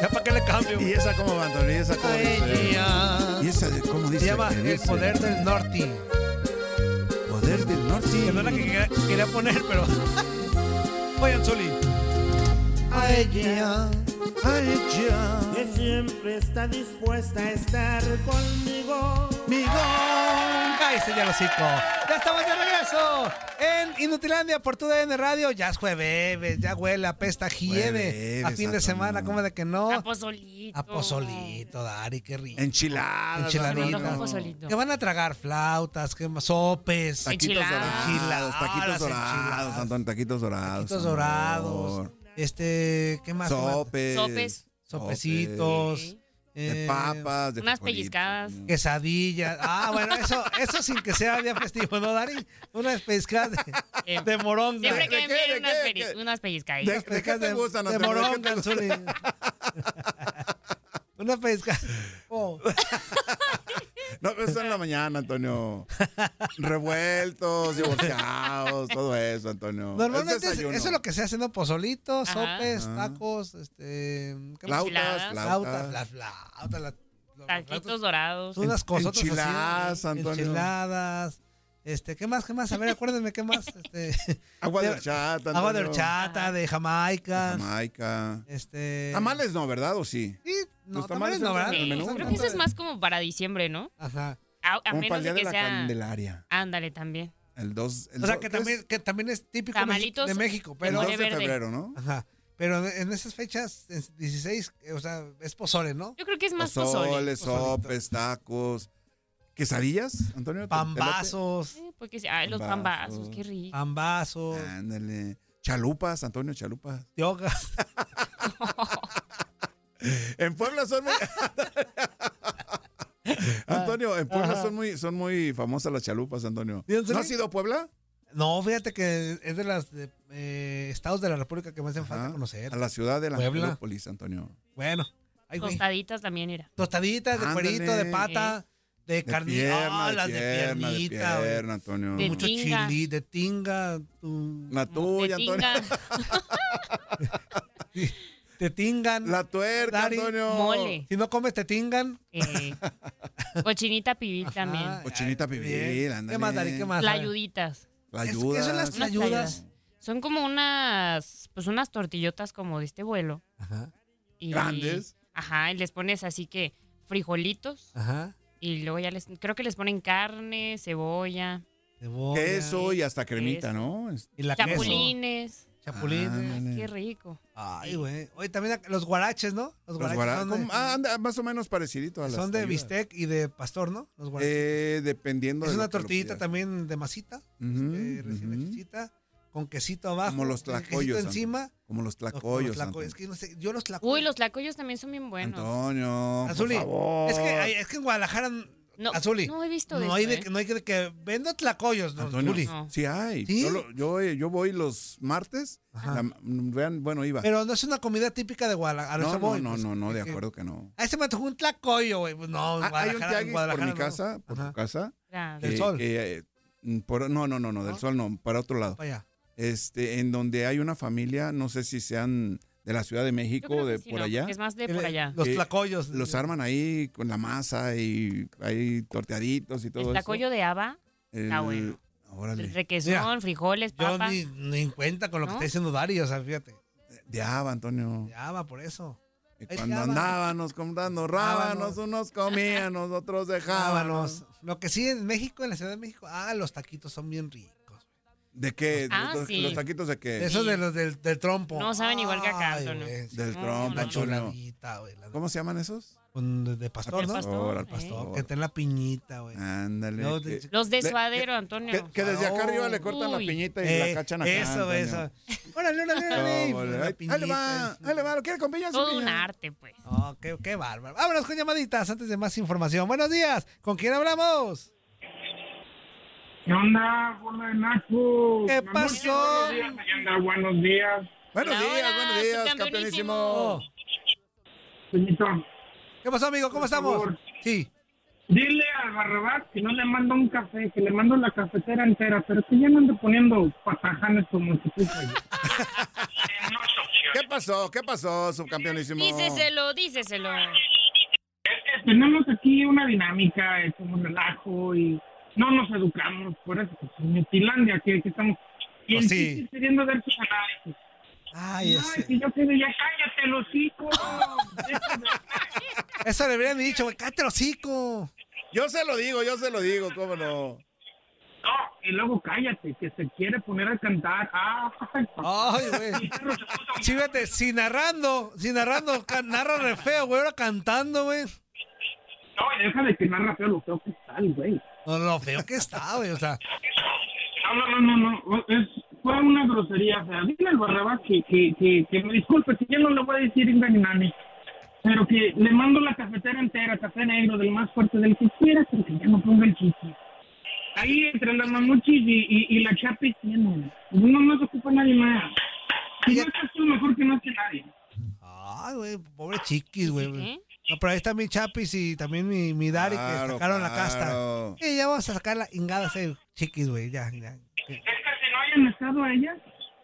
¿Ya para qué le cambio? ¿Y esa cómo va, Antonio? ¿Y esa cómo dice? ¿Y esa de- cómo dice? Se llama ¿Qué El dice? Poder del Norte. Poder del Norte. Que no es la que quería, quería poner, pero... Oigan, Zuli. A ella, a ella, que siempre está dispuesta a estar conmigo. Cállese ya, hocico. Ya estamos de regreso en Inutilandia por tu DN Radio. Ya es jueves, ya huele a pesta, hiede. A Jueves, fin de Antonio. semana, ¿cómo de que no? A pozolito. A pozolito, Dari, qué rico. Enchiladas. Enchiladitas. Antonio. Que van a tragar flautas, que más- sopes. Taquitos dorados, taquitos Enchiladas, dorados, enchiladas. Antonio, taquitos dorados. Taquitos por dorados. favor. Este, ¿qué más? Sopes. Sopes. Sopecitos. Sopes. eh, De papas, de Unas frijolitos. pellizcadas. Quesadillas. Ah, bueno, eso, eso sin que sea día festivo, ¿no, Dari? Unas pescadas de, de moronga. Eh, Siempre que ¿De qué, de envíen unas, qué, peli- de qué? unas ¿De, pellizcaditas. de qué te gustan, de Antonio? ¿De qué te moronga, gustan? Zuli. Una pesca. Oh. No, pero eso en la mañana, Antonio. Revueltos, divorciados, todo eso, Antonio. Normalmente es- desayuno. eso es lo que se hace, ¿no? Pozolitos, Ajá. sopes, Ajá. tacos, este... ¿qué más? Flautas, Enchiladas. Flautas, flautas. las flautas, las- los Taquitos flautas, dorados. son unas cosas Enchiladas, Antonio. Enchiladas. Este, ¿qué más? ¿Qué más? A ver, acuérdenme, ¿qué más? Este, Agua de de- horchata, Antonio. agua de horchata, de Jamaica. Jamaica. Este. Tamales no, ¿verdad? ¿O sí? Sí, no, Los tamales tamales no, son ¿verdad? los del Sí, menú. Son creo que eso es más tamales. como para diciembre, ¿no? Ajá. A, a Como para menos el de día de que la sea. Candelaria. Ándale también. El 2. O sea, que también, que también es típico Tamalitos de México, El pero. mole 2 de verde. febrero, ¿no? Ajá. Pero en esas fechas, en 16, eh, o sea, es pozole, ¿no? Yo creo que es más pozole. Soles, sopes, tacos. ¿Quesadillas, Antonio? ¿Te- te late? Pambazos, Sí, porque sí, ay, los Pambazos. pambazos, qué rico. pambazos, Ándale. Chalupas, Antonio, chalupas. yogas. En Puebla son muy. Antonio, en Puebla son muy, son muy famosas las chalupas, Antonio. ¿Y en serio? ¿No has ido a Puebla? No, fíjate que es de los estados de la República que más hacen falta Ajá. conocer. A la ciudad de la Puebla. Angelópolis, Antonio. Bueno, ahí güey. Tostaditas también era. Tostaditas de Ándale. cuerito, de pata, de, De carnita, Ah, pierna, las de de pierna, de piernita, güey. pierna, Antonio. De mucho tinga. chili, de tinga, tu- La tuya, De Antonio. tinga, te tingan. La tuerca, Dari. Antonio. mole. Si no comes, te tingan. eh, cochinita pibil también. Ajá, Cochinita bien. pibil, ¿Qué ándale. más, Dari? ¿Qué más? A ver. Playuditas. La Es- ayuda. ¿Qué son las Unas ayudas? Son como unas, pues unas tortillotas como de este vuelo. Ajá. Y, Grandes. Ajá, y les pones así que frijolitos Ajá. y luego ya les, creo que les ponen carne, cebolla, Cebolla. Queso y hasta cremita, Queso. ¿no? Es- Ah, Y la queso. eh, chapulines. Chapulines. Ándale. Qué rico. Ay, güey. Oye, también ac- los guaraches, ¿no? Los Los guaraches guara- son de, ¿cómo? Ah, anda, más o menos parecidito a las son de ayudas. bistec y de pastor, ¿no? Los guaraches. Eh, dependiendo es de lo una que lo tortillita pidas. también de masita, Ujú, eh, recién ujú. hechicita, con quesito abajo. Como los el quesito tlacoyos, Antonio. encima. Como los los- tlacoyos. los tlacoyos. Antonio. Es que no sé, yo los tlacoyos. Uy, los tlacoyos también son bien buenos. Antonio. por Azuli, favor. es que, hay- es que en Guadalajara, No, Azuli, no he visto de no hay eso, de, ¿eh? que- no hay de que vendo tlacoyos, no, Antonio, Azuli. No. sí hay. ¿Sí? Yo, lo- yo, eh, yo voy los martes. Ajá. la- mm, vean, bueno, iba. Pero no es una comida típica de Guadalajara. a no, eso no, voy, no, pues, no, no, de que- acuerdo que no. Ahí se me antojó un tlacoyo, güey. Pues no, en Ah, hay un Guadalajara, en tianguis por mi Guadalajara no. casa, por Ajá. tu casa. Claro. ¿Del que- sol? que, eh, mm, por- no, no, no, no, del ¿No? sol no, para otro lado. Para allá. Este, en donde hay una familia, no sé si sean de la Ciudad de Yo creo México, que de sí, por no, allá. Es más de por El- allá. Los Eh, tlacoyos. Los arman ahí con la masa y hay torteaditos y todo El eso. tacoyo de haba, está El- bueno. Órale. el requesón, Mira, frijoles, Yo papa. ni, ni en cuenta con lo que ¿No? está diciendo Dari, o sea, fíjate. De haba, Antonio. Ya va por eso. Y Ay, Cuando rábanos. andábamos comprando rábanos, Rábanos. unos comíamos, otros dejábamos. Cábanos. Lo que sí en México, en la Ciudad de México, ah, los taquitos son bien ricos. ¿De qué? Ah, ¿Los, sí. los taquitos de qué? Eso de los del, del trompo. No saben igual que acá, Ay, Antonio. güey, sí. Del No, trompo, no, La no. Antonio. chuladita, güey. la de- ¿Cómo se llaman esos? con- de, de pastor, El ¿no? pastor, Pastor, al eh. pastor. Que está en la piñita, güey. Ándale. Luego que, de- Los de Le- suadero, que- Antonio. que desde acá arriba le cortan la Uy. piñita y Eh, la cachan acá. eso, Antonio. eso. Órale, órale, órale. y Órale, la ahí- piñita, Ahí le va, sí. ahí le va. ¿Lo quiere con piña? Todo Sin un piña. arte, pues. Oh, qué, qué bárbaro. Vámonos con llamaditas antes de más información. Buenos días. ¿Con quién hablamos? ¿Qué onda, gorda de Naco? ¿Qué Manuel, pasó? Buenos días, Ayanda, buenos días. Buenos días, buenos días, campeonísimo. Señorito, ¿Qué pasó, amigo? ¿Cómo estamos? Sí. Dile a Barrabás que no le mando un café, que le mando la cafetera entera, pero que ya no ande poniendo patajanes como se puso ayer. ¿Qué pasó? ¿Qué pasó, subcampeonísimo? Díceselo, díceselo. Tenemos aquí una dinámica, es como un relajo y no nos educamos, por eso, pues, en Finlandia, que, que estamos... Y el Pues sí. chiste queriendo dar sus análisis. Ay, ese. que yo quedé ya cállate, los hijos. Eso le habrían dicho, güey, cállate el hocico. Yo se lo digo, yo se lo digo, cómo no. y luego cállate, que se quiere poner a cantar. Ah, Ay, güey. Sí, vete, si narrando, si narrando, ca- narra re feo, güey, ahora cantando, güey. No, y deja de que narra feo lo feo que está el güey. No, lo feo que está, güey, o sea. No, no, no, no, no. Es, fue una grosería. O sea, dile al Barrabás que, que, que, que me disculpe, que yo no le voy a decir Invenani. Pero que le mando la cafetera entera, café negro, del más fuerte, del que quiera, pero que ya no ponga el chichi. Ahí entre la mamuchis y, y, y la chapis, tienen. no nos ocupa nadie más. Si no estás tú, mejor que no esté nadie. Ay, güey, pobre chiquis, güey. No, pero ahí está mi chapis y también mi, mi Dari que Claro, sacaron la claro. casta. Y ya vamos a sacar la ingada, ese chiquis, güey, ya, ya. Si no hayan estado a ella,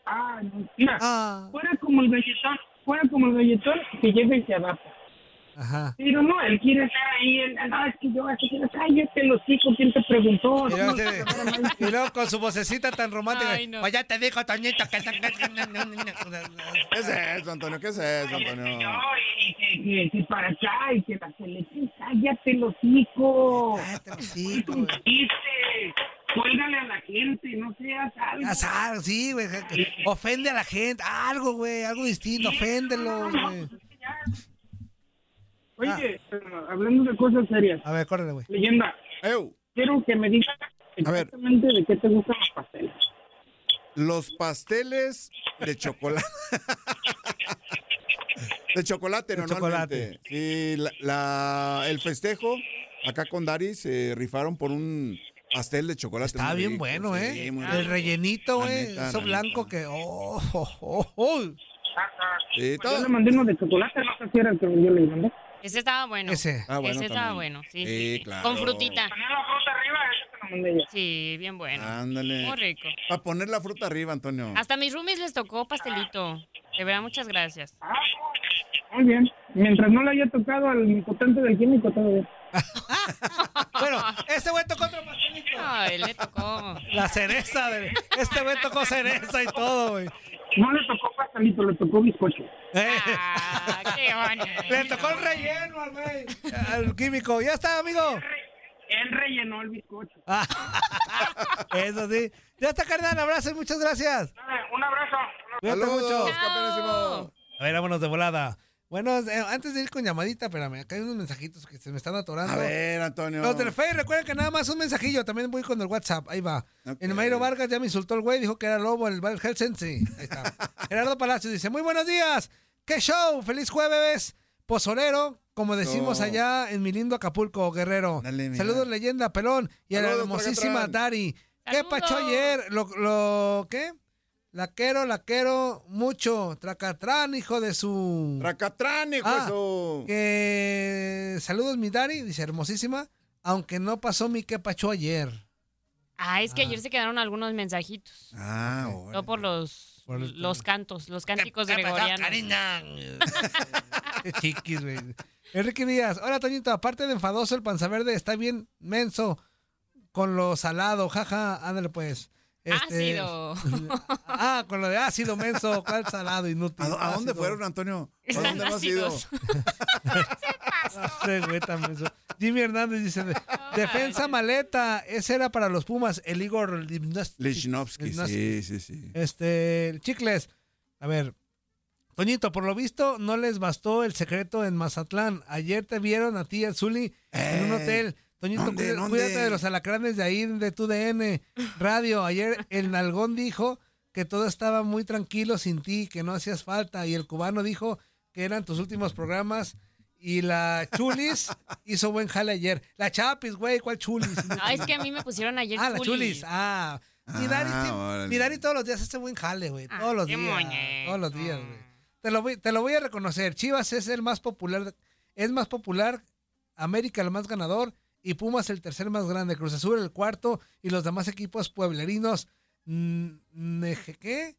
ah, no. Mira, Ah. fuera como el galletón, fuera como el galletón que llega y se adapta. Ajá. Pero no, él quiere estar ahí, él, no, es que yo, es que quiero, cállate los hijos, ¿quién te preguntó? Y luego, No, este- y luego con su vocecita tan romántica. Pues ya te dijo, Toñito, que... ¿Qué es eso, Antonio? ¿Qué es eso, Antonio? que, que- que para acá y que la selección, cállate los hijos. Cállate los hijos. Cuélgale a la gente, no seas Ah. algo. Azar, sí, güey. Ofende a la gente, algo, güey, algo distinto, oféndelo, güey. Oye, hablando de cosas serias. A ver, córrele, güey. Leyenda, quiero que me digas exactamente de qué te gustan los pasteles. Los pasteles de chocolate. de chocolate, De normalmente. Sí, la- la- el festejo acá con Dari se rifaron por un pastel de chocolate. Está muy bien rico, bueno, sí, ¿eh? muy El rico. rellenito, La güey. neta, Eso la blanco que. ¡Oh! oh, oh, oh. Sí, Yo le mandé uno de chocolate, no sé si era el que yo le mandé. Ese estaba bueno. Ese. Ah, bueno, Ese estaba también. bueno, sí. Sí, sí, sí. claro. Con frutita. Sí, bien bueno. Ándale. Muy rico. Ah, Para poner la fruta arriba, Antonio. Hasta a mis roomies les tocó pastelito. De verdad, muchas gracias. Muy bien. Mientras no le haya tocado al impotente del químico, todo bien. Bueno, este güey tocó otro pastelito. Ay, le tocó. La cereza, de... este güey tocó cereza y todo, güey. No le tocó pastelito, le tocó bizcocho. Ah, Eh. qué Le tocó el relleno al güey. Al químico. Ya está, amigo. Él rellenó el bizcocho. Eso sí. Ya está, carnal. Abrazo y muchas gracias. Un abrazo. Cuídate mucho. campeonísimo. A ver, vámonos de volada. Bueno, eh, antes de ir con llamadita, espérame, acá hay unos mensajitos que se me están atorando. A ver, Antonio. Los del Face, recuerden que nada más un mensajillo, también voy con el WhatsApp, ahí va. El Mayro Vargas ya me insultó el güey, dijo que era lobo en el Bar Helsinki. Ahí está. Gerardo Palacios dice, muy buenos días, qué show, feliz jueves, pozolero, como decimos No. allá en mi lindo Acapulco, guerrero. Dale, mira. Saludos, leyenda, pelón, y a la Saludos, hermosísima Tracatrán. Dari. ¿Qué pacho ayer? Lo, lo, ¿qué? La quiero, la quiero mucho. Tracatrán, hijo de su... Tracatrán, hijo Ah, de su- que- Saludos, mi Dari, dice hermosísima. Aunque no pasó mi qué pacho ayer. Ah, es que ayer se quedaron algunos mensajitos. Ah, No por los, los cantos, los cánticos ¿Qué pasó, gregorianos. Qué chiquis, güey. Enrique Díaz, hola Toñito, aparte de enfadoso, el panza verde está bien menso con lo salado, jaja, ándale pues. Este, Ácido. Ah, con lo de ácido menso, cuál salado, inútil. ¿A, a dónde Ácido. fueron, Antonio? ¿A Están dónde no has ido? ácidos. Este güey tan menso. Jimmy Hernández dice, defensa maleta, ese era para los Pumas, el Igor Limnos- Lichnowsky, sí, sí, sí. Este, chicles. A ver. Toñito, por lo visto no les bastó el secreto en Mazatlán. Ayer te vieron a ti, al Zuli, en un hotel. Toñito, Eh, ¿dónde, cuida- dónde? cuídate de los alacranes de ahí, de tu DN. Radio, ayer el Nalgón dijo que todo estaba muy tranquilo sin ti, que no hacías falta. Y el cubano dijo que eran tus últimos programas Y la Chulis hizo buen jale ayer. La Chapis, güey, ¿cuál Chulis? Ah, es que a mí me pusieron ayer Ah, la chulis. Chulis. Ah. Mi Dari Ah, siempre- órale. mi Dari todos los días hace buen jale, güey. Todos los qué días. moñe. Todos los días, güey. Te lo, voy, te lo voy a reconocer. Chivas es el más popular. de- Es más popular. América el más ganador. Y Pumas el tercer más grande. Cruz Azul el cuarto. Y los demás equipos pueblerinos. mm, Neje, ¿Qué?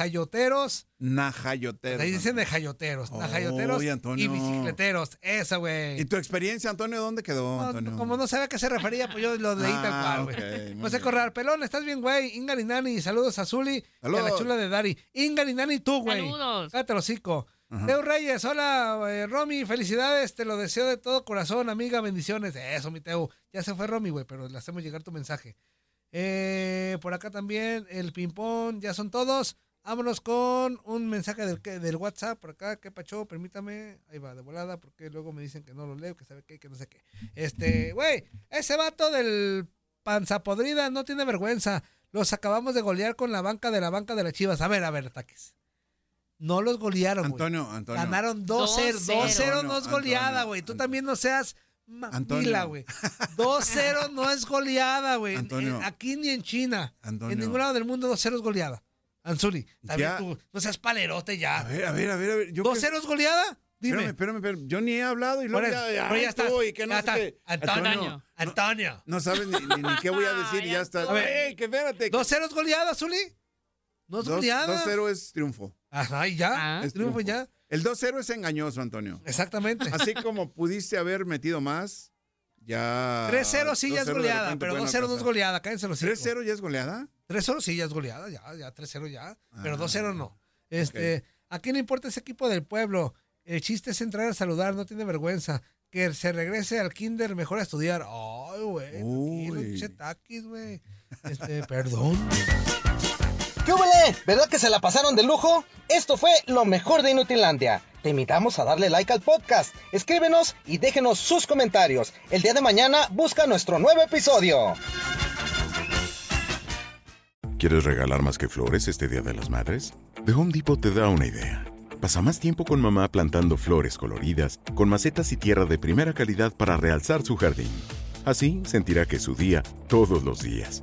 Nejayoteros. Najayoteros. Ahí dicen nejayoteros. Oy, Najayoteros y Antonio. bicicleteros. Esa, güey. ¿Y tu experiencia, Antonio, dónde quedó, No, Antonio? Como no sabía a qué se refería, pues yo lo leí tal Ah, cual, güey. ok, muy José bien. Corral, pelón, estás bien, güey. Inga Nani, saludos a Zuli y a la Saludos. chula de Dari. Inga Nani, tú, güey. Saludos. Cállate el hocico. Ajá. Teo Reyes, hola, eh, Romy, felicidades, te lo deseo de todo corazón, amiga, bendiciones. Eso, mi Teo. Ya se fue Romy, güey, pero le hacemos llegar tu mensaje. Eh, por acá también, el ping-pong, ya son todos. Vámonos con un mensaje del, que- del WhatsApp por acá, que pacho, permítame. Ahí va, de volada, porque luego me dicen que no lo leo, que sabe qué, que no sé qué. Este, güey, ese vato del panza podrida no tiene vergüenza. Los acabamos de golear con la banca de la banca de las chivas. A ver, a ver, ataques. No los golearon, güey. Antonio, Antonio. Ganaron 2-0. 2-0 no es Antonio, goleada, Antonio, güey. Tú también no seas mamila, Antonio. güey. 2-0 no es goleada, güey. Antonio. En- Aquí ni en China. Antonio. En ningún lado del mundo 2-0 es goleada. Anzuli, también Ya. tú, no seas palerote ya. A ver, a ver, a ver. A ver. Yo ¿2-0 es goleada? Dime. Espérame, espérame, espérame. Yo ni he hablado y luego Por ya, eso, ya, pero ya ay, estás, tú, y que no ya sé estás. qué. Antonio, Antonio, Antonio. No sabes ni, ni- ni qué voy a decir y ya está. A ver. Ey, que espérate. que- 2-0 es goleada, Zuli. No es dos- goleada. 2-0 es triunfo. Ajá, y ya. Es triunfo ya. El 2-0 es engañoso, Antonio. Exactamente. Así como pudiste haber metido más, ya. 3-0 sí ya 2-0 es de goleada, repente pero pueden 2-0 no es alcanzar. goleada. Cállense los hijos. 3-0 ya es goleada. 3-0 sí, ya es goleada, ya, ya 3-0 ya, pero Ah, 2-0 no. Este, ¿a quién le importa ese equipo del pueblo? El chiste es entrar a saludar, no tiene vergüenza. Que se regrese al kinder mejor a estudiar. Ay, güey, tranquilo, Uy. pinche taquis, güey. Este, perdón. ¿Qué hubole? ¿Verdad que se la pasaron de lujo? Esto fue lo mejor de Inutilandia. Te invitamos a darle like al podcast. Escríbenos y déjenos sus comentarios. El día de mañana busca nuestro nuevo episodio. ¿Quieres regalar más que flores este Día de las Madres? The Home Depot te da una idea. Pasa más tiempo con mamá plantando flores coloridas, con macetas y tierra de primera calidad para realzar su jardín. Así sentirá que es su día todos los días.